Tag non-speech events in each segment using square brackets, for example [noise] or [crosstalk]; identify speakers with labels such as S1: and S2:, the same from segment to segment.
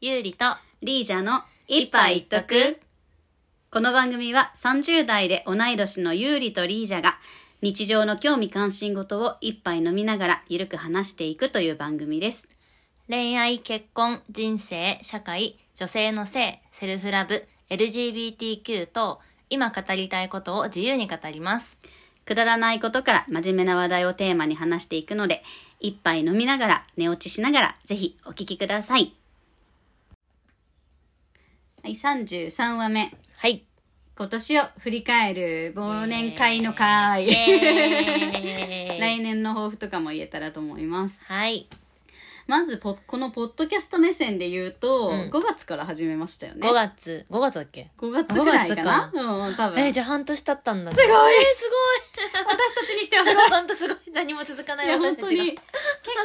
S1: ゆうりと
S2: リージャの一杯一徳。この番組は30代で同い年のユーリとリージャが日常の興味関心事を一杯飲みながらゆるく話していくという番組です。
S1: 恋愛、結婚、人生、社会、女性の性、セルフラブ、LGBTQ と今語りたいことを自由に語ります。
S2: くだらないことから真面目な話題をテーマに話していくので、一杯飲みながら寝落ちしながらぜひお聞きください。はい、33話目。
S1: はい。
S2: 今年を振り返る忘年会の会。 [laughs] 来年の抱負とかも言えたらと思います。
S1: [laughs] はい。
S2: まずポ、このポッドキャスト目線で言うと、
S1: うん
S2: 5月から始めましたよね。
S1: 5月、5月だっけ
S2: 5月ぐらいかな
S1: 5月
S2: うん、多分。
S1: えー、じゃあ半年経ったんだね。
S2: すごい
S1: えーす
S2: 私たちにしてはすごい
S1: ごい半年すごい。何も続かない
S2: いや本
S1: 私た
S2: 当
S1: ちが。
S2: に結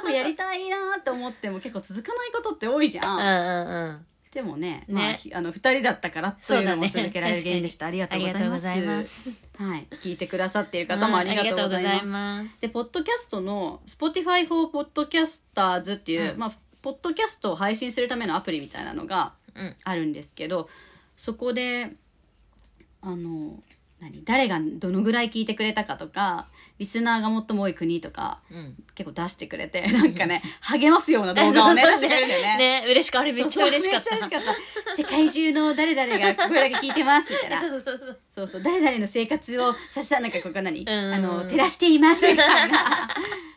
S2: 構やりたいなーって思っても結構続かないことって多いじゃん、
S1: うんうんうん。
S2: でもね
S1: ね
S2: まあひ、あの2人だったからというのも続けられる原因でした、ありがとうございます
S1: ありがとうございます
S2: はい、聞いてくださっている方もありがとうございます,、
S1: ます。
S2: でポッドキャストの Spotify for Podcasters っていう、
S1: うん
S2: まあ、ポッドキャストを配信するためのアプリみたいなのが
S1: うん。
S2: あるんですけどそこであの何誰がどのぐらい聞いてくれたかとかリスナーが最も多い国とか
S1: うん。
S2: 結構出してくれてなんかね励ますような動画を [laughs] ね出してくれるんだよね。
S1: ね、嬉しかった。あれめっちゃ嬉しかった。
S2: めっちゃ嬉しかった世界中の誰々がこれだけ聞いてますみた
S1: [laughs]
S2: いなそうそう誰々の生活をさしさなんかここ何
S1: ん
S2: あの照らしていますみた
S1: [laughs]
S2: いな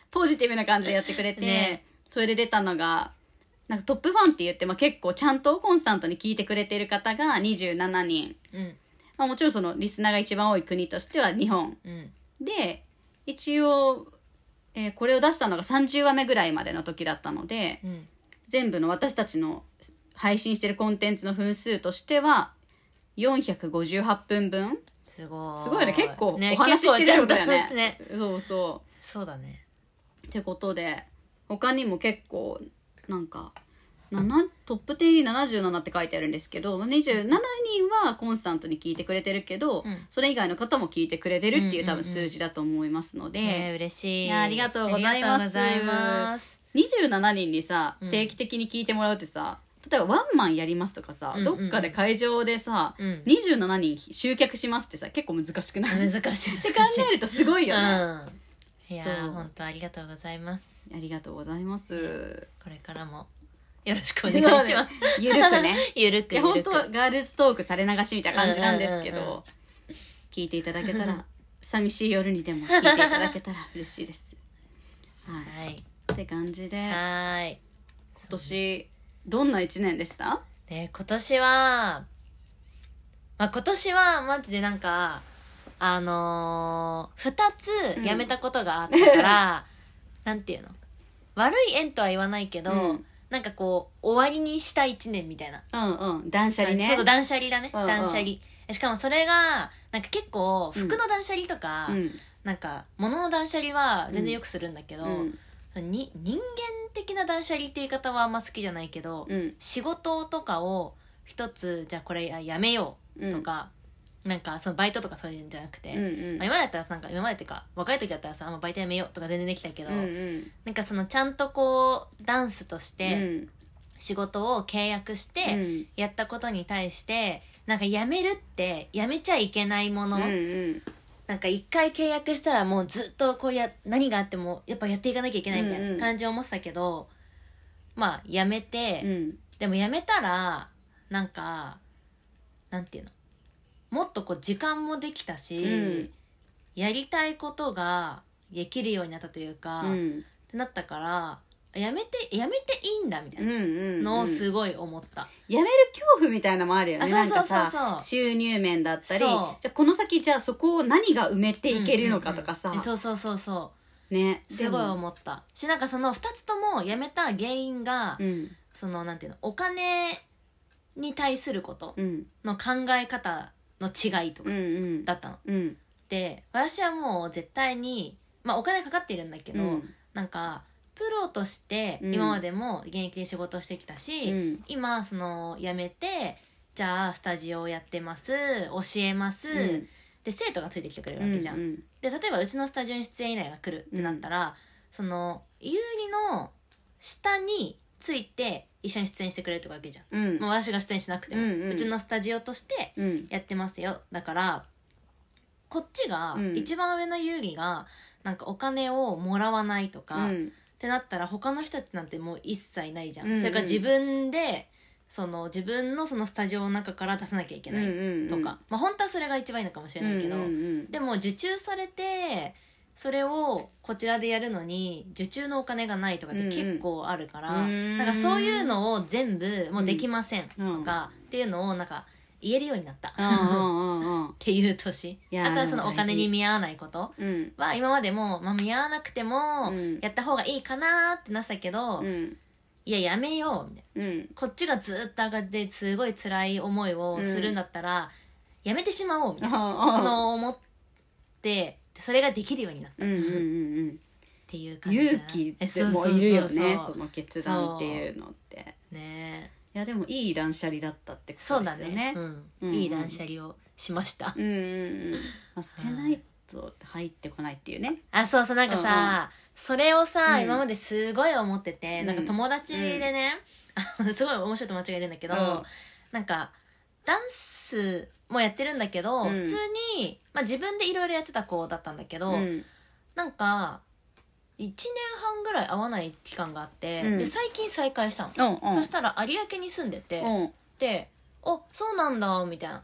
S2: ポジティブな感じでやってくれて、
S1: ね
S2: それで出たのがなんかトップファンって言って、まあ、結構ちゃんとコンスタントに聞いてくれてる方が27人、
S1: うん。
S2: まあ、もちろんそのリスナーが一番多い国としては日本
S1: うん。
S2: で一応、えーこれを出したのが30話目ぐらいまでの時だったので、
S1: うん。
S2: 全部の私たちの配信してるコンテンツの分数としては458分分
S1: すごい。
S2: すごいね結構
S1: ね
S2: お話ししてるよだよ
S1: 結構ちゃん
S2: ね
S1: とね。
S2: そうそ
S1: そうだね。
S2: うってことで他にも結構なんか7トップ10に77って書いてあるんですけど27人はコンスタントに聞いてくれてるけど、
S1: うん
S2: それ以外の方も聞いてくれてるっていう多
S1: うんうんうん
S2: 分数字だと思いますので、
S1: えー、嬉しい。
S2: いやありがとうございます
S1: ありがとうございます。
S2: 27人にさ
S1: うん
S2: 定期的に聞いてもらうってさ、例えばワンマンやりますとかさ、
S1: うんうんうん
S2: どっかで会場でさ、
S1: うん
S2: 27人集客しますってさ結構 [laughs] 難しくない
S1: 難
S2: っ
S1: しい難しい。
S2: て考えるとすごいよね、
S1: うん。いや
S2: そ
S1: ー、
S2: う
S1: 本当ありがとうございます。
S2: ありがとうございます
S1: これからもよろしくお願いします。
S2: ゆ
S1: [laughs]
S2: るくね
S1: ゆるく
S2: い
S1: ゆ
S2: や
S1: るく。
S2: 本当ガールズトーク垂れ流しみたいな感じなんですけど、
S1: うんうんうんうん
S2: 聞いていただけ
S1: [laughs]
S2: たら寂しい夜にでも聞いていただけたら嬉しいです、はい、
S1: はい。
S2: って感じで今
S1: はーい。
S2: 年どんな1年でした
S1: で、今年は、まあ、今年はマジでなんか、あのー、二つやめたことがあったから、なんていうの悪い縁とは言わないけど、
S2: うん
S1: なんかこう、終わりにした一年みたいな。
S2: うんうん断捨離ね
S1: そうそう断捨離だね。
S2: うんうん
S1: 断捨離。しかもそれが、なんか結構、服の断捨離とか、
S2: うん
S1: なんか、物の断捨離は全然よくするんだけど、
S2: うん
S1: に人間的な断捨離って言い方はあんま好きじゃないけど、
S2: うん
S1: 仕事とかを一つじゃあこれややめようとか、なんかそのバイトとかそういうんじゃなくて、
S2: うん
S1: まあ今までだったらなんか今までっていうか若い時だったらさあんまバイトやめようとか全然できたけど、
S2: うんうん
S1: なんかそのちゃんとこうダンスとし
S2: う
S1: て
S2: ん
S1: 仕事を契約してやったことに対して、なんかやめるってやめちゃいけないも
S2: う
S1: の、
S2: んうん
S1: なんか一回契約したらもうずっとこうや何があってもやっぱやっていかなきゃいけないみた
S2: う
S1: い
S2: んう
S1: なん感じを思ってたけど、まあやめて、
S2: うん
S1: でもやめたらなんかなんていうのもっとこう時間もできたし、
S2: うん
S1: やりたいことができるようになったというか、
S2: う
S1: っ
S2: ん
S1: てなったからやめてやめていいんだみたい
S2: う
S1: なんのを
S2: うん
S1: すごい思った。
S2: やめる恐怖みたいなのもあるよね
S1: あそうそうそうそう
S2: なんかさ収入面だったりじ
S1: そう
S2: ゃあこの先じゃあそこを何が埋めていけるのかとかさ
S1: うんうんうんそうそうそうそ
S2: ね
S1: うすごい
S2: でも
S1: 思ったしなんかその2つともやめた原因が、
S2: うん
S1: そのなんていうのお金に対すること
S2: うん
S1: の考え方の違いと
S2: う
S1: か
S2: んうん
S1: だったの。
S2: うん
S1: で私はもう絶対に、まあ、お金かかっているんだけど、
S2: うん
S1: なんかプロとして
S2: うん
S1: 今までも現役で仕事してきたし、
S2: うん
S1: 今その辞めてじゃあスタジオをやってます教えます、
S2: うん
S1: で生徒がついてきてくれる
S2: う
S1: わ
S2: ん
S1: けじゃん。
S2: うん
S1: で例えばうちのスタジオに出演依頼が来るってなったら、その有利の下について一緒に出演してくれるとかわけじゃん、
S2: うん
S1: もう私が出演しなくても、
S2: う
S1: うん
S2: うん
S1: ちのスタジオとして
S2: うん
S1: やってますよだからこっちが、
S2: うん
S1: 一番上の遊戯がなんかお金をもらわないと
S2: う
S1: か、っ
S2: ん
S1: てなったら他の人たちなんてもう一切ないじゃん、
S2: うんうん
S1: それから自分でその自分のそのスタジオの中から出さなきゃいけないとか、まあ本当はそれが一番いいのかもしれないけど、
S2: うんうん
S1: でも受注されてそれをこちらでやるのに受注のお金がないとかって結構あるから、
S2: うんうん
S1: なんかそういうのを全部もうできません
S2: うん
S1: とかっていうのをなんか言えるようになった、
S2: うんう
S1: っ
S2: んうんうん
S1: ていう年
S2: いやー
S1: あとはそのお金に見合わないこと
S2: うん
S1: は今までも、まあ、見合わなくても
S2: うん
S1: やった方がいいかなーってなってたけど、
S2: うん
S1: いややめようみたいな
S2: うん
S1: こっちがずーっと赤字ですごい辛い思いをするんだったら、やめてしまおうみたいなも
S2: の
S1: のを思ってそれができるようになったっ
S2: うんうんうん
S1: ていう
S2: うん
S1: 感じ
S2: 勇気
S1: え
S2: で
S1: そう
S2: も
S1: そうそうそう
S2: いるよねその決断っていうのって
S1: ねえ
S2: いやでもいい断捨離だったってこ
S1: そ
S2: と
S1: う
S2: で
S1: だ
S2: す
S1: ね
S2: よね
S1: うん
S2: うんうん
S1: いい断捨離をしました、
S2: うんうんうんまあ捨てないと入ってこないっていうね
S1: あそうそうなんかさ、それをさ、
S2: うん
S1: 今まですごい思ってて、
S2: うん
S1: なんか友達でね、あのすごい面白い友達がいるんだけど、
S2: うん
S1: なんかダンスもやってるんだけど、
S2: うん
S1: 普通に、まあ、自分でいろいろやってた子だったんだけど、
S2: うん
S1: なんか1年半ぐらい会わない期間があって、
S2: うん
S1: で最近再会したの、
S2: うんうん
S1: そしたら有明に住んでて、
S2: うん
S1: で「あそうなんだ」みたいな。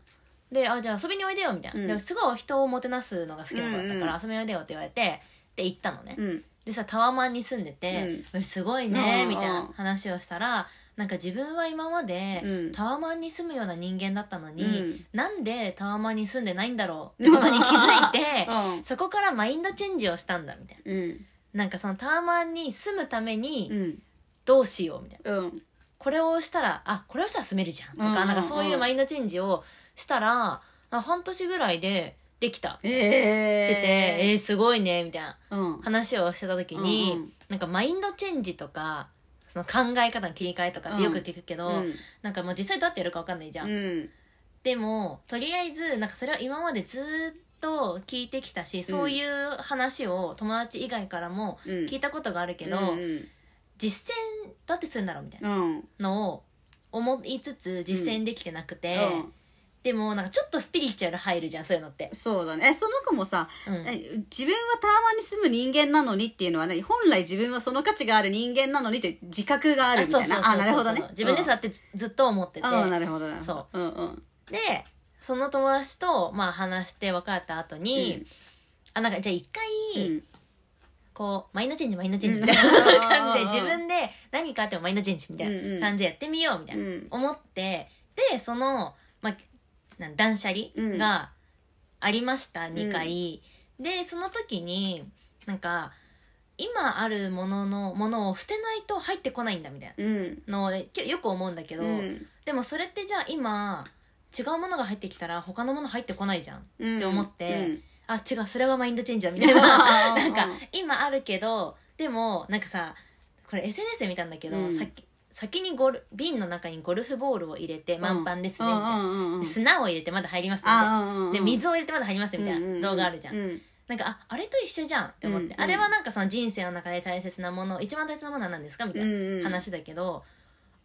S1: で「あじゃあ遊びにおいでよ」みたいな、
S2: うん
S1: ですごい人をもてなすのが好きな子だったから「
S2: うん
S1: 遊びにおいでよ」って言われてで行ったのね、
S2: うん
S1: でさタワマンに住んでて「えすごいね」
S2: うん
S1: みたいな話をしたらなんか自分は今まで、
S2: うん
S1: タワマンに住むような人間だったのに、
S2: うん
S1: なんでタワマンに住んでないんだろうってことに気づいて
S2: [laughs] うん
S1: そこからマインドチェンジをしたんだみたいな
S2: うん
S1: なんかそのタワマンに住むために
S2: うん
S1: どうしようみたいな
S2: うん
S1: これをしたらあこれをしたら住めるじゃんとか、
S2: うんうんうん
S1: なんかそういうマインドチェンジをしたらあ半年ぐらいでできたって
S2: え
S1: 言ってて、え
S2: え
S1: ーすごいねみたいな
S2: うん
S1: 話をしてた時に、
S2: うんうん
S1: なんかマインドチェンジとかその考え方の切り替えとかってよく聞くけど、
S2: うん
S1: なんかもう実際どうやってやるか分かんないじゃん、
S2: うん
S1: でもとりあえずなんかそれは今までずっと聞いてきたし、そういう話を友達以外からも
S2: うん
S1: 聞いたことがあるけど、
S2: うん
S1: 実践どうやってするんだろうみたいな
S2: うん
S1: のを思いつつ実践できてなくて、
S2: うん
S1: でもなんかちょっとスピリチュアル入るじゃんそういうのって。
S2: そうだねえその子もさ
S1: うん
S2: え自分はタワマンに住む人間なのにっていうのは何本来自分はその価値がある人間なのにという自覚があるみたいなあなるほどね
S1: 自分で
S2: さ
S1: さってずずっと思ってて、
S2: あなるほどなるほど
S1: そ
S2: うんうん
S1: でその友達と、まあ、話して別れた後に、
S2: うん
S1: あなんかじゃあ一
S2: う
S1: 回、
S2: ん
S1: こうマインドチェンジマインドチェンジ
S2: うん
S1: みたいな感じ
S2: う
S1: で
S2: ん
S1: 自分で何かあってもマインドチェンジみた
S2: うんう
S1: い
S2: ん
S1: な感じでやってみようみたいな
S2: うん
S1: 思ってでその、まあ、なん断捨離がありました、2回、でその時になんか今あるもののものを捨てないと入ってこないんだみたい
S2: うん
S1: なのをきよく思うんだけど、
S2: うん
S1: でもそれってじゃあ今違うものが入ってきたら他のもの入ってこないじゃん
S2: うん
S1: って思って、
S2: うん
S1: あ違うそれはマインドチェンジだみたい
S2: [laughs]
S1: な [laughs] なんか
S2: うんうん
S1: 今あるけどでもなんかさこれ SNS で見たんだけど、
S2: うん
S1: 先先にゴル瓶の中にゴルフボールを入れて満パンですねみたいな、
S2: うんうんうんうん
S1: で砂を入れてまだ入りますねみたいな
S2: あうんうんうん
S1: で水を入れてまだ入りますねみたい
S2: うんうんう
S1: な動画あるじゃん、
S2: うん
S1: なんかああれと一緒じゃんって思って、
S2: うんうん
S1: あれはなんかその人生の中で大切なもの一番大切なものは何ですかみたい
S2: うんうん
S1: な話だけど、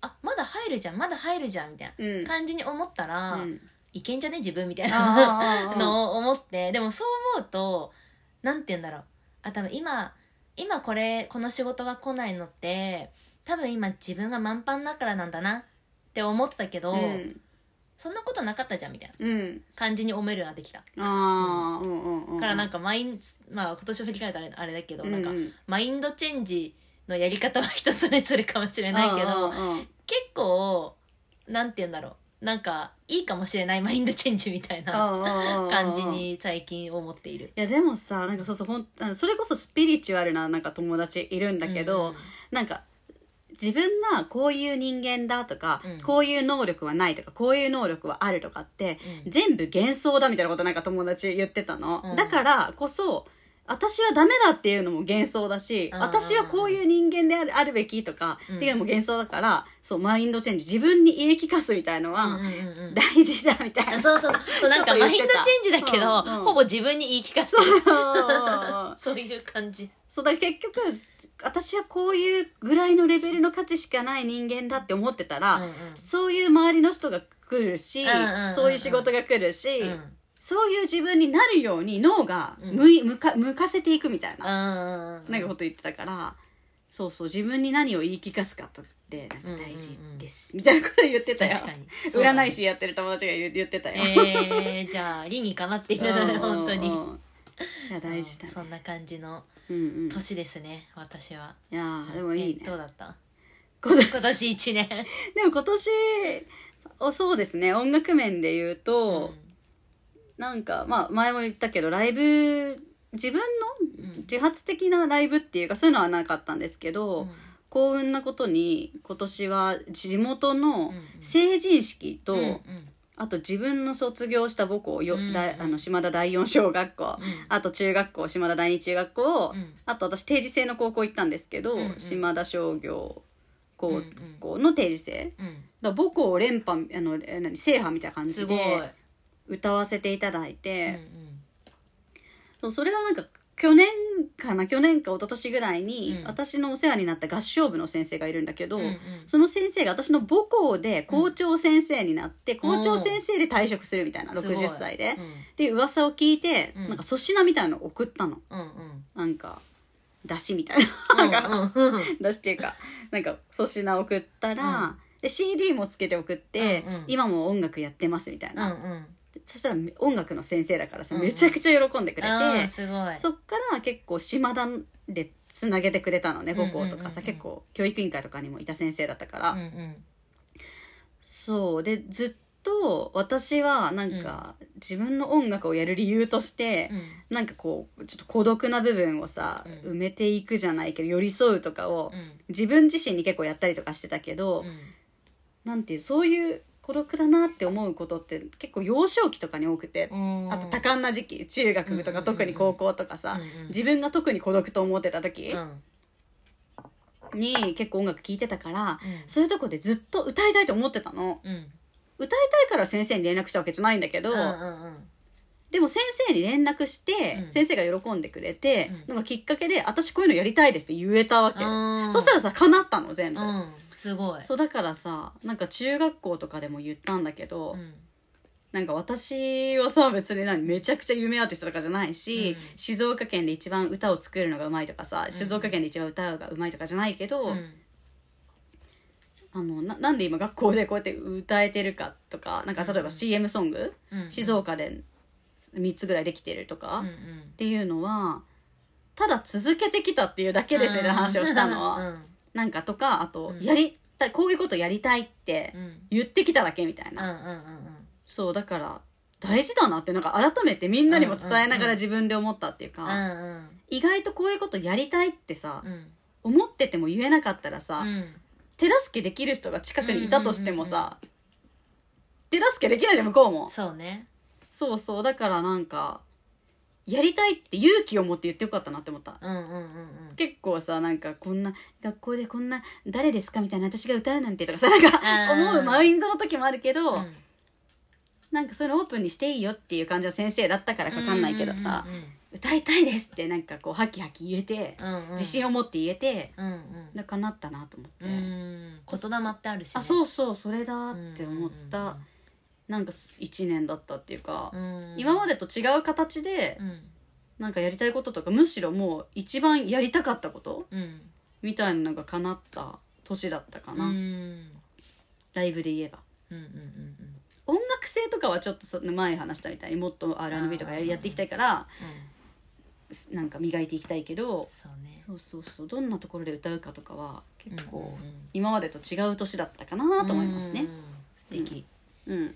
S1: あまだ入るじゃんまだ入るじゃんみたい
S2: うん
S1: な感じに思ったら、
S2: うん
S1: いけんじゃね自分みたいな
S2: あー
S1: のを思ってでもそう思うとなんて言うんだろうあ多分今今これこの仕事が来ないのって多分今自分が満帆だからなんだなって思ってたけど、
S2: うん
S1: そんなことなかったじゃんみたいな
S2: うん
S1: 感じに思えるようになってきた、
S2: あーうんうんうん
S1: からなんかマイン、まあ、今年を振り返るとあれあれだけど、なんか
S2: うう
S1: マインドチェンジのやり方は人それぞれかもしれないけど、
S2: うんうんうん
S1: 結構なんて言うんだろうなんかいいかもしれないマインドチェンジみたいな感
S2: 感
S1: じに最近思っている。
S2: いやでもさなんかそうそうほんあのそれこそスピリチュアルななんか友達いるんだけど、
S1: うん
S2: なんか自分がこういう人間だとか、
S1: うん
S2: こういう能力はないとかこういう能力はあるとかって、
S1: うん
S2: 全部幻想だみたいなことなんか友達言ってたの、
S1: うん
S2: だからこそ私はダメだっていうのも幻想だし、
S1: うん
S2: 私はこういう人間であるあるべきとか、
S1: うん
S2: っていうのも幻想だから、そう、マインドチェンジ、自分に言い聞かすみたいの
S1: うん
S2: は、
S1: うんうん
S2: 大事だみたい [laughs] な。
S1: [laughs] そうそうそうそうなんかマインドチェンジだけど、
S2: うんうん
S1: ほぼ自分に言い聞かせて
S2: そう
S1: る
S2: そ
S1: そ
S2: う。
S1: ういう感じ
S2: そうだから結局、私はこういうぐらいのレベルの価値しかない人間だって思ってたら、
S1: うんうん
S2: そういう周りの人が来るし、
S1: うんうんうん
S2: そういう仕事が来るし、
S1: うんうん
S2: そういう自分になるように脳が向い、向か向かせていくみたいな、
S1: うんうん
S2: なんかこと言ってたからそうそう自分に何を言い聞かすかってなんか大事です、みたいなこと言ってたよ
S1: 確かにそうだね
S2: 占い師やってる友達が言う言ってたよ、
S1: えー、じゃあ理にかなっているので本当に
S2: うんうんうんいや大事だね
S1: そんな感じの
S2: うんうんい
S1: 年ですね私は
S2: やーでもいいね
S1: えどうだった
S2: 今年
S1: 今年一年
S2: [laughs] でも今年おそうですね音楽面で言うと、なんかまあ前も言ったけどライブ自分の
S1: うん
S2: 自発的なライブっていうかそういうのはなかったんですけ
S1: う
S2: ど、
S1: ん
S2: 幸運なことに今年は地元の
S1: うんうん
S2: 成人式と、
S1: うんうん
S2: あと自分の卒業した母校よ、
S1: うんうん
S2: だいあの島田第四小学校、
S1: うん
S2: あと中学校島田第二中学校、
S1: うん
S2: あと私定時制の高校行ったんですけど、
S1: うんうん
S2: 島田商業
S1: うんう
S2: 高
S1: ん
S2: 校の定時制、
S1: うん
S2: だから母校を連覇あのえ何制覇みたいな感
S1: す
S2: じ
S1: ごい
S2: で歌わせていただ
S1: う
S2: い
S1: ん
S2: て、そうそれがなんか去年かな去年か一昨年ぐらいに、
S1: うん
S2: 私のお世話になった合唱部の先生がいるんだけど、
S1: うんうん
S2: その先生が私の母校で校長先生になって、校長先生で退職するみたいな
S1: すごい
S2: 60歳で。
S1: うん
S2: で噂を聞いて、
S1: うん
S2: なんか粗品みたいなの送ったの
S1: うんうん
S2: なんか出汁みたいな、 [laughs] なんか
S1: うんうん
S2: 出汁っていうかなんか粗品送ったら、
S1: うん
S2: で CD もつけて送って、
S1: うんうん
S2: 今も音楽やってますみたい
S1: うんう
S2: [laughs] な、
S1: ん
S2: そしたら音楽の先生だからさ、
S1: うんうん
S2: めちゃくちゃ喜んでくれて、
S1: あーすごい
S2: そっから結構島田でつなげてくれたのね
S1: うんうん
S2: 母
S1: うんうん
S2: 校とかさ、結構教育委員会とかにもいた先生だったから、
S1: うんうん
S2: そうでずっと私はなんか、自分の音楽をやる理由として、
S1: うん
S2: なんかこうちょっと孤独な部分をさ、
S1: うん
S2: 埋めていくじゃないけど寄り添うとかを、
S1: うん
S2: 自分自身に結構やったりとかしてたけど、
S1: うん
S2: なんていうそういう孤独だなって思うことって結構幼少期とかに多くて、
S1: うん
S2: あと多感な時期中学とか、
S1: うん
S2: 特に高校とかさ、
S1: うんうん
S2: 自分が特に孤独と思ってた時
S1: うん
S2: に結構音楽聴いてたから、
S1: うん
S2: そういうとこでずっと歌いたいと思ってたの
S1: うん
S2: 歌いたいから先生に連絡したわけじゃないんだけど、
S1: うんうんうん
S2: でも先生に連絡して、
S1: うん
S2: 先生が喜んでくれて、
S1: うん
S2: なんかきっかけで私こういうのやりたいですって言えたわけ、
S1: うん
S2: そしたらさ叶ったの全部、
S1: うんすごい
S2: そうだからさなんか中学校とかでも言ったんだけど、
S1: うん
S2: なんか私はさ別に何めちゃくちゃ有名アーティストとかじゃないし、
S1: うん
S2: 静岡県で一番歌を作るのがうまいとかさ、
S1: ん
S2: 静岡県で一番歌うがうまいとかじゃないけど、
S1: うん
S2: あのななんで今学校でこうやって歌えてるかとかなんか例えば CM ソング、
S1: うん
S2: 静岡で3つぐらいできてるとか、
S1: う
S2: っ
S1: んうん
S2: ていうのはただ続けてきたっていうだけですよね、
S1: うん
S2: 話をしたのは。
S1: うん
S2: なんかとかあと、
S1: うん
S2: やりたいこういうことやりたいって
S1: うん
S2: 言ってきただけみたい
S1: うんう
S2: な、
S1: んうん
S2: そうだから大事だなってなんか改めてみんなにも伝えながら自分で思ったっていうか、
S1: うんうん
S2: 意外とこういうことやりたいってさ
S1: う、ん
S2: 思ってても言えなかったらさ、
S1: うん
S2: 手助けできる人が近くにいたとしてもさ、手助けできないじゃん向こうも
S1: そうね
S2: そうそうだからなんかやりたいって勇気を持って言ってよかったなって思った
S1: うんうんうんうん
S2: 結構さなんかこんな学校でこんな誰ですかみたいな私が歌うなんてとかさなんか
S1: あー
S2: 思うマインドの時もあるけど、
S1: うん
S2: なんかそれオープンにしていいよっていう感じの先生だったからかかんないけどさ、
S1: うん
S2: 歌いたいですってなんかこうハキハキ言えて、
S1: うんうん
S2: 自信を持って言えて
S1: うんうん
S2: なんかなったなと思って、
S1: うん言霊ってあるしね
S2: あそうそうそれだって思った、なんか1年だったっていうか、
S1: うん
S2: 今までと違う形で
S1: うん
S2: なんかやりたいこととかむしろもう一番やりたかったこと
S1: うん
S2: みたいなのが叶った年だったか
S1: うんう
S2: な、
S1: ん
S2: ライブで言えば
S1: うんうん
S2: 音楽性とかはちょっとその前話したみたいにもっと R&B とかやりやっていきたいから
S1: うん
S2: すなんか磨いていきたいけど
S1: そうね
S2: そうそうそうどんなところで歌うかとかは結
S1: うん
S2: 構
S1: うんうん
S2: 今までと違う年だったかなと思います
S1: う
S2: ね
S1: んうん素敵
S2: うん、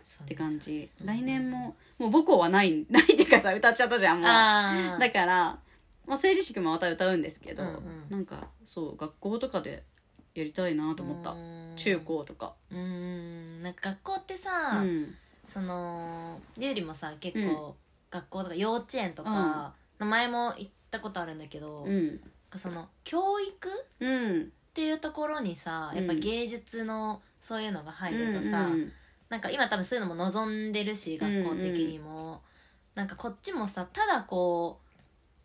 S1: っ
S2: って感じ
S1: うん
S2: 来年ももう母校はないないっていうかさ歌っちゃったじゃんもう
S1: ああ
S2: だから、まあ、成人式もまた歌うんですけど、
S1: うんうん
S2: なんかそう学校とかでやりたいなと思った中高とか
S1: うんなんか学校ってさ
S2: うん
S1: そのゆうりもさ結構、学校とか幼稚園とか、
S2: うん
S1: ままあ前も言ったことあるんだけど、
S2: う
S1: なん
S2: ん
S1: かその教育っ
S2: うん
S1: ていうところにさやっぱ
S2: うん
S1: 芸術のそういうのが入るとさ、
S2: うんうん
S1: なんか今多分そういうのも望んでるし学校的にも、なんかこっちもさただこ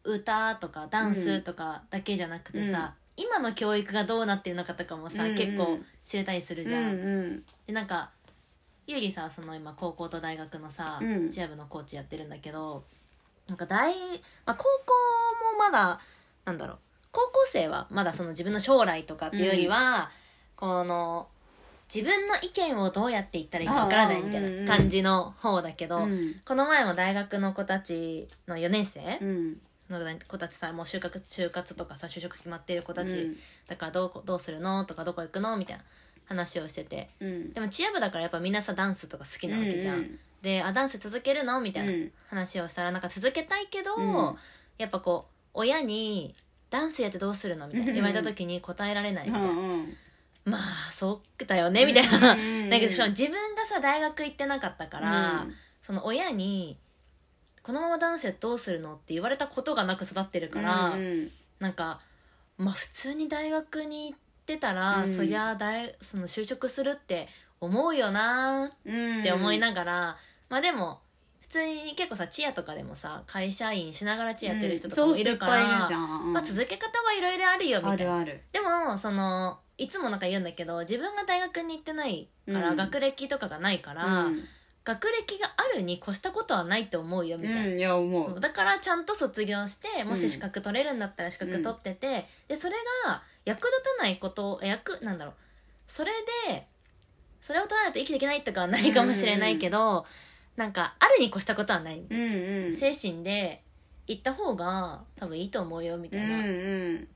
S1: う歌とかダンスとかだけじゃなくてさ、今の教育がどうなってるのかとかもさ、
S2: うんうん
S1: 結構知れたりするじゃん。
S2: うんうん
S1: でなんかゆうりさその今高校と大学のさ、
S2: うん
S1: チア部のコーチやってるんだけどなんか大、まあ、高校もまだなんだろう高校生はまだその自分の将来とかっていうよりは、この自分の意見をどうやって言ったらいいかわからないみた
S2: あーうんう
S1: い
S2: ん
S1: な感じの方だけど、
S2: うん
S1: この前も大学の子たちの4年生、
S2: うん
S1: の子たちさもう就活就活とかさ就職決まってる子たち、
S2: うん
S1: だからどうこどうするのとかどこ行くのみたいな話をしてて
S2: うん
S1: でもチア部だからやっぱみんなさダンスとか好きなわけじゃん、
S2: うんうん
S1: であダンス続けるのみたいな
S2: うん
S1: 話をしたらなんか続けたいけど、
S2: うん
S1: やっぱこう親に「ダンスやってどうするの?」みたいな言われた時に答えられないみたいな、
S2: うん
S1: まあそうだよねみたいな、
S2: うんうんうん
S1: だけどしかも自分がさ大学行ってなかったから、
S2: うん
S1: その親に「このままダンスやってどうするの?」って言われたことがなく育ってるから、
S2: うん
S1: なんかまあ普通に大学に行ってたら、
S2: うん
S1: そりゃ大その就職するって思うよな
S2: うん
S1: って思いながら、まあでも普通に結構さチアとかでもさ会社員しながらチアやってる人とかもいるから、
S2: うんそうそういっぱいいるじゃんうん
S1: まあ、続け方はいろいろあるよみたいな
S2: あるある
S1: でもそのいつもなんか言うんだけど自分が大学に行ってないから、
S2: うん
S1: 学歴とかがないから、
S2: うん
S1: 学歴があるに越したことはないと思うよみたいな。
S2: うんいや思う
S1: だからちゃんと卒業しても
S2: う
S1: し
S2: ん
S1: 資格取れるんだったら資格取ってて、でそれが役立たないこと役なんだろうそれでそれを取らないと生きていけないとかはないかもしれないけど、なんかあるに越したことはない、
S2: うんうん
S1: 精神で行った方が多分いいと思うよみたいな、
S2: うん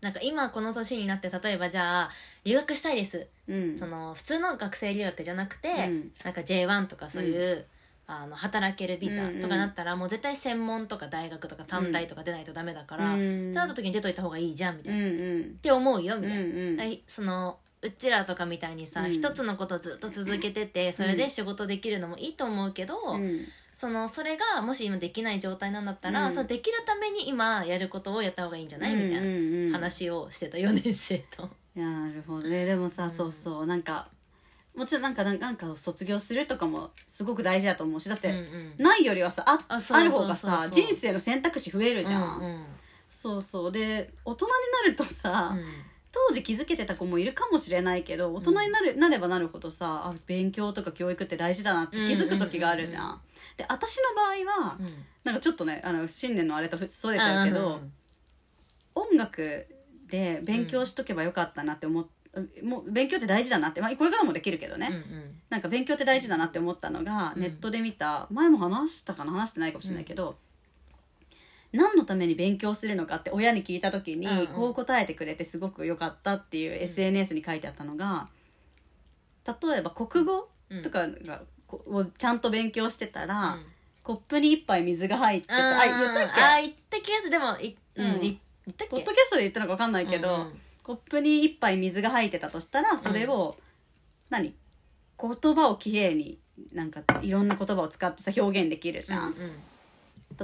S1: なんか今この年になって例えばじゃあ留学したいです、
S2: うんうん
S1: その普通の学生留学じゃなくて、
S2: うん
S1: なんか J1 とかそういう、あの働けるビザとかなったら、もう絶対専門とか大学とか短大とか出ないとダメだから、っ
S2: うん
S1: てなった時に出といた方がいいじゃんみた
S2: う
S1: い
S2: ん
S1: な、っ
S2: うん
S1: て思うよみ
S2: う
S1: たいな、
S2: んうん
S1: はいそのうちらとかみたいにさ、
S2: うん
S1: 一つのことずっと続けててそれで仕事できるのもいいと思うけど、
S2: うん
S1: そのそれがもし今できない状態なんだったら、
S2: うん
S1: そのできるために今やることをやった方がいいんじゃないみたいな。
S2: うんうんうん
S1: 話をしてた4年生と。
S2: いやなるほどねでもさ、
S1: うん
S2: そうそうなんかもちろんなんかなんかなんかを卒業するとかもすごく大事だと思うしだって、ないよりはさあ
S1: あそうそう
S2: ある方がさ
S1: そうそう
S2: 人生の選択肢増えるじゃん、
S1: うんうん
S2: そうそうで大人になるとさ、当時気づけてた子もいるかもしれないけど大人になる、なればなるほどさあ勉強とか教育って大事だなって気づく時があるじゃん,、
S1: うんうん
S2: で私の場合は、
S1: うん
S2: なんかちょっとねあの新年のあれとふそれちゃう
S1: う
S2: け
S1: ん
S2: ど、
S1: うん
S2: 音楽で勉強しとけばよかったなって思っもう勉強って大事だなって、まあ、これからもできるけどね、
S1: うん
S2: なんか勉強って大事だなって思ったのが、
S1: うん
S2: ネットで見た前も話したかな話してないかもしれないけど、何のために勉強するのかって親に聞いた時に、
S1: うんうん
S2: こう答えてくれてすごく良かったっていう SNS に書いてあったのが例えば国語とかが、こをちゃんと勉強してたら、
S1: うん
S2: コップに一杯水が入ってた、あ言ったっけ
S1: あ言った気がするでもい、うん
S2: うん
S1: い言ったっけ
S2: [laughs] ポッドキャストで言ったのか分かんないけど、
S1: うんうん
S2: コップに一杯水が入ってたとしたらそれを、何言葉をきれいになんかいろんな言葉を使ってさ表現できるじゃん、
S1: うんうん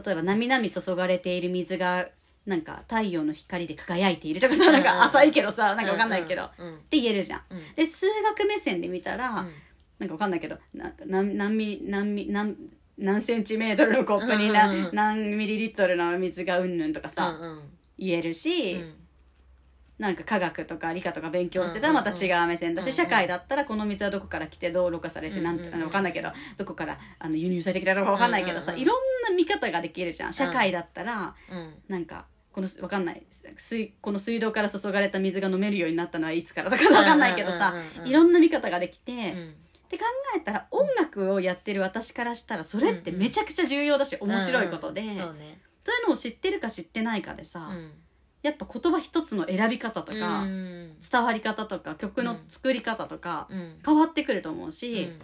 S2: 例えば「なみなみ注がれている水がなんか太陽の光で輝いている」とかさ、
S1: うん
S2: なんか浅いけどさなんか分かんないけど、
S1: うんうんうん
S2: って言えるじゃん。
S1: うん
S2: で数学目線で見たら、
S1: うん
S2: なんかわかんないけど、なんか何何ミ何ミ何何センチメートルのコップに
S1: うんうんう
S2: 何
S1: ん
S2: 何ミリリットルの水がうんぬんとかさ、
S1: うんうん
S2: 言えるし、
S1: うん
S2: なんか科学とか理科とか勉強してたらまた違う目線だし、
S1: うんうん
S2: 社会だったらこの水はどこから来てどうろ過されてなんて、
S1: うんうん
S2: あのわかんないけどどこからあの輸入されてきたのかわかんないけどさ、
S1: うんうんうん
S2: いろんな見方ができるじゃん社会だったら
S1: うん
S2: なんかこのわかんない水この水道から注がれた水が飲めるようになったのはいつからとかわかんないけどさ、
S1: うんうんうんうん
S2: いろんな見方ができて、
S1: う
S2: っ
S1: ん
S2: て考えたら音楽をやってる私からしたらそれってめちゃくちゃ重要だし面白いことで、
S1: うんうんそう
S2: そう
S1: ね
S2: いうのを知ってるか知ってないかでさ、やっぱ言葉一つの選び方と
S1: うん
S2: か。
S1: うん
S2: 伝わり方とか曲の作り方とか
S1: うん
S2: 変わってくると思うし、
S1: う
S2: っ
S1: ん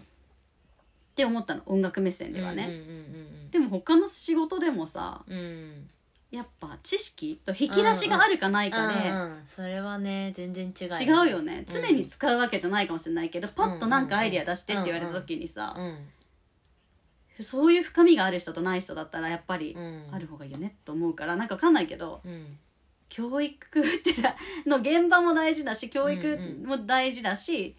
S2: て思ったの音楽目線ではね、
S1: うんうん
S2: でも他の仕事でもさ
S1: うんうんうん
S2: やっぱ知識と引き出しがあるかないかで、
S1: うんうんそれはね全然違う
S2: 違うよね常に使うわけじゃないかもしれないけど、パッとなんかアイディア出してって言われた時にさ、
S1: うん
S2: そういう深みがある人とない人だったらやっぱり
S1: うん
S2: ある方がいいよねと思うからなんかわかんないけど
S1: うん
S2: 教育ってなの現場も大事だし教育も大事だし、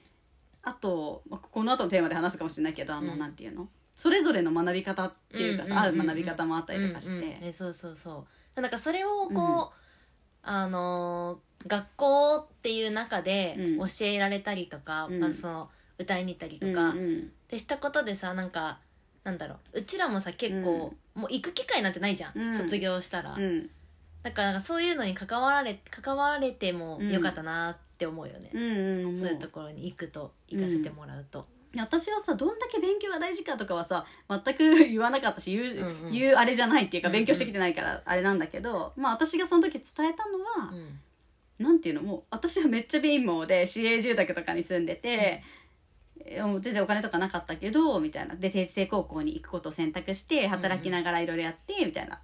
S2: あと、まあ、この後のテーマで話すかもしれないけどあの、
S1: うん
S2: なんていうのそれぞれの学び方っていうか
S1: う
S2: さ、
S1: んうんうんうん
S2: 合う学び方もあったりとかして、
S1: うんうんえそうそうそうなんかそれをこう、あのー学校っていう中で
S2: うん
S1: 教えられたりとか、
S2: うん
S1: まずその歌いに行ったりとか、
S2: うんうん
S1: でしたことでさなんかなんだろううちらもさ結構、もう行く機会なんてないじゃん、
S2: うん
S1: 卒業したら、
S2: うん
S1: だからなんかそういうのに関わられ関われてもよかったなって思うよね、
S2: うんうん
S1: そういう
S2: も
S1: ところに行くと行かせてもらうと、
S2: う私はさどんだけ勉強が大事かとかはさ全く [laughs] 言わなかったし言う,、
S1: うんうん
S2: 言うあれじゃないっていうか
S1: うんうん
S2: 勉強してきてないからあれなんだけど、まあ私がその時伝えたのは、
S1: うん
S2: なんていうのもう私はめっちゃ貧乏で市営住宅とかに住んでて、えーもう全然お金とかなかったけどみたいなで定時制高校に行くことを選択して働きながらいろいろやってみたいな。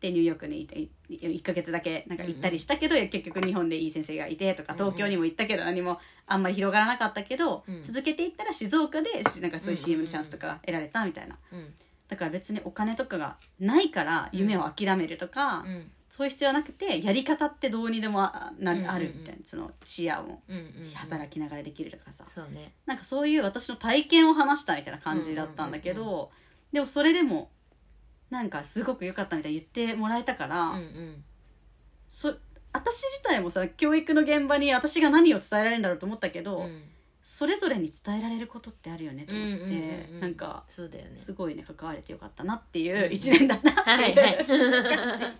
S2: でニューヨークにいてい1ヶ月だけなんか行ったりしたけど、結局日本でいい先生がいてとか
S1: うんうん
S2: 東京にも行ったけど何もあんまり広がらなかったけど、
S1: うん
S2: 続けていったら静岡でしなんかそういう CM のチャンスとかが得られたみたいな
S1: うん
S2: だから別にお金とかがないから夢を諦めるとか、
S1: うん
S2: そういう必要はなくてやり方ってどうにでもあな
S1: うんうんうん
S2: あるみたいなその視野を
S1: うんうん
S2: 働きながらできるとかさ
S1: そうね
S2: なんかそういう私の体験を話したみたいな感じだったんだけ
S1: うん
S2: どでもそれでもなんかすごく良かったみたいに言ってもらえたから、
S1: うんうん
S2: そ私自体もさ教育の現場に私が何を伝えられるんだろうと思ったけど、
S1: うん
S2: それぞれに伝えられることってあるよねと思って、
S1: うんうんうんうん
S2: なんか
S1: そうだよね
S2: すごいね関われてよかったなっていう
S1: うん
S2: 一年だったって
S1: はいいうはい
S2: 感
S1: [laughs]
S2: じ、はい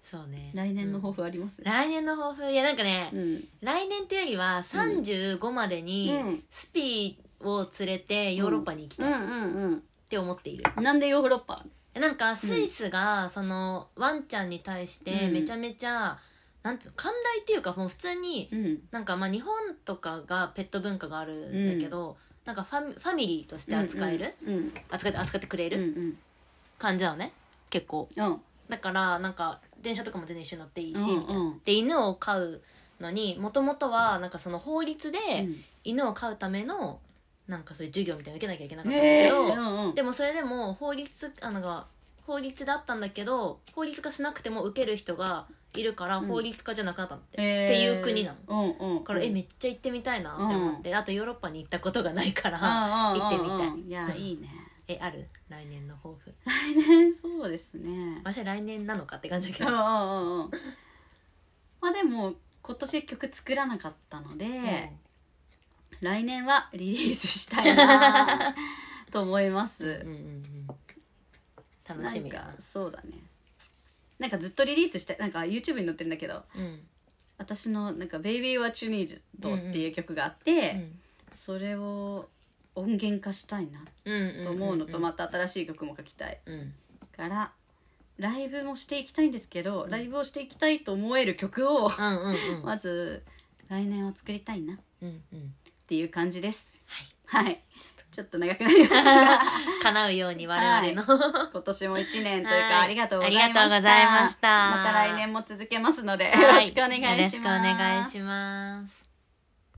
S1: そうね
S2: 来年の抱
S1: 負、
S2: 負あります
S1: うん来年の抱負いやなんかね、
S2: うん
S1: 来年っていうよりは35までに
S2: うん
S1: スピーを連れてヨーロッパに行き
S2: う
S1: たいっ
S2: んうん
S1: て思っている、
S2: うん。なんでヨーロッパ
S1: えなんかスイスがそのワンちゃんに対してめちゃめちゃ、なんていうの寛大っていうかもう普通に
S2: うん。
S1: なんかまあ日本とかがペット文化があるんだけど、なんかファミファミリーとして扱える、
S2: うん
S1: 扱って扱ってくれ
S2: うん。う
S1: る
S2: ん
S1: 感じなのね結構
S2: うん。うん。
S1: だからなんか電車とかも全然一緒に乗っていいし、
S2: うん
S1: みたいな
S2: うん
S1: で犬を飼うのにもともとはなんかその法律で
S2: うん
S1: 犬を飼うためのなんかそういう授業みたいなの受けなきゃいけなかったんだ
S2: ね
S1: け
S2: え。
S1: ど、
S2: うんうん。
S1: でもそれでも法律あのが法律だったんだけど法律化しなくても受ける人がいるから
S2: うん
S1: 法律化じゃなかったんだって、
S2: え
S1: ってい
S2: ー
S1: う国なの。
S2: うんうん。
S1: だからえめっちゃ行ってみたいなって思って、あとヨーロッパに行ったことがないから
S2: 行
S1: 行ってみたい
S2: いや、いいね。
S1: えある来年の抱負
S2: 来年、そうですね。
S1: 私は来年なのかって感じだけ
S2: うんう
S1: ど、
S2: んうんうん。まあでも、今年曲作らなかったので、来年はリリースしたいなと思います
S1: うん。うんうん楽しみ
S2: なん
S1: が
S2: か、そうだね。なんかずっとリリースしたい、なんか YouTube に載ってるんだけど、
S1: うん
S2: 私のなんか「Baby What You Need」っていう曲があって、
S1: うん
S2: それを音源化したいな
S1: うん
S2: と思うのと、ま
S1: た
S2: た新しい曲も書きたい
S1: うん
S2: からライブもしていきたいんですけど、ライブをしていきたいと思える曲
S1: うんう
S2: を、
S1: んうん
S2: まず来年は作りたいなっ
S1: うんうん
S2: ていう感じです
S1: はい
S2: はいちょっと長くなりましたが
S1: 叶うように我々の、
S2: 今年も1年というか、
S1: はい
S2: ありがとうございました
S1: ありがとうございました
S2: また来年も続けますので、よろしくお願いします
S1: よろしくお願いします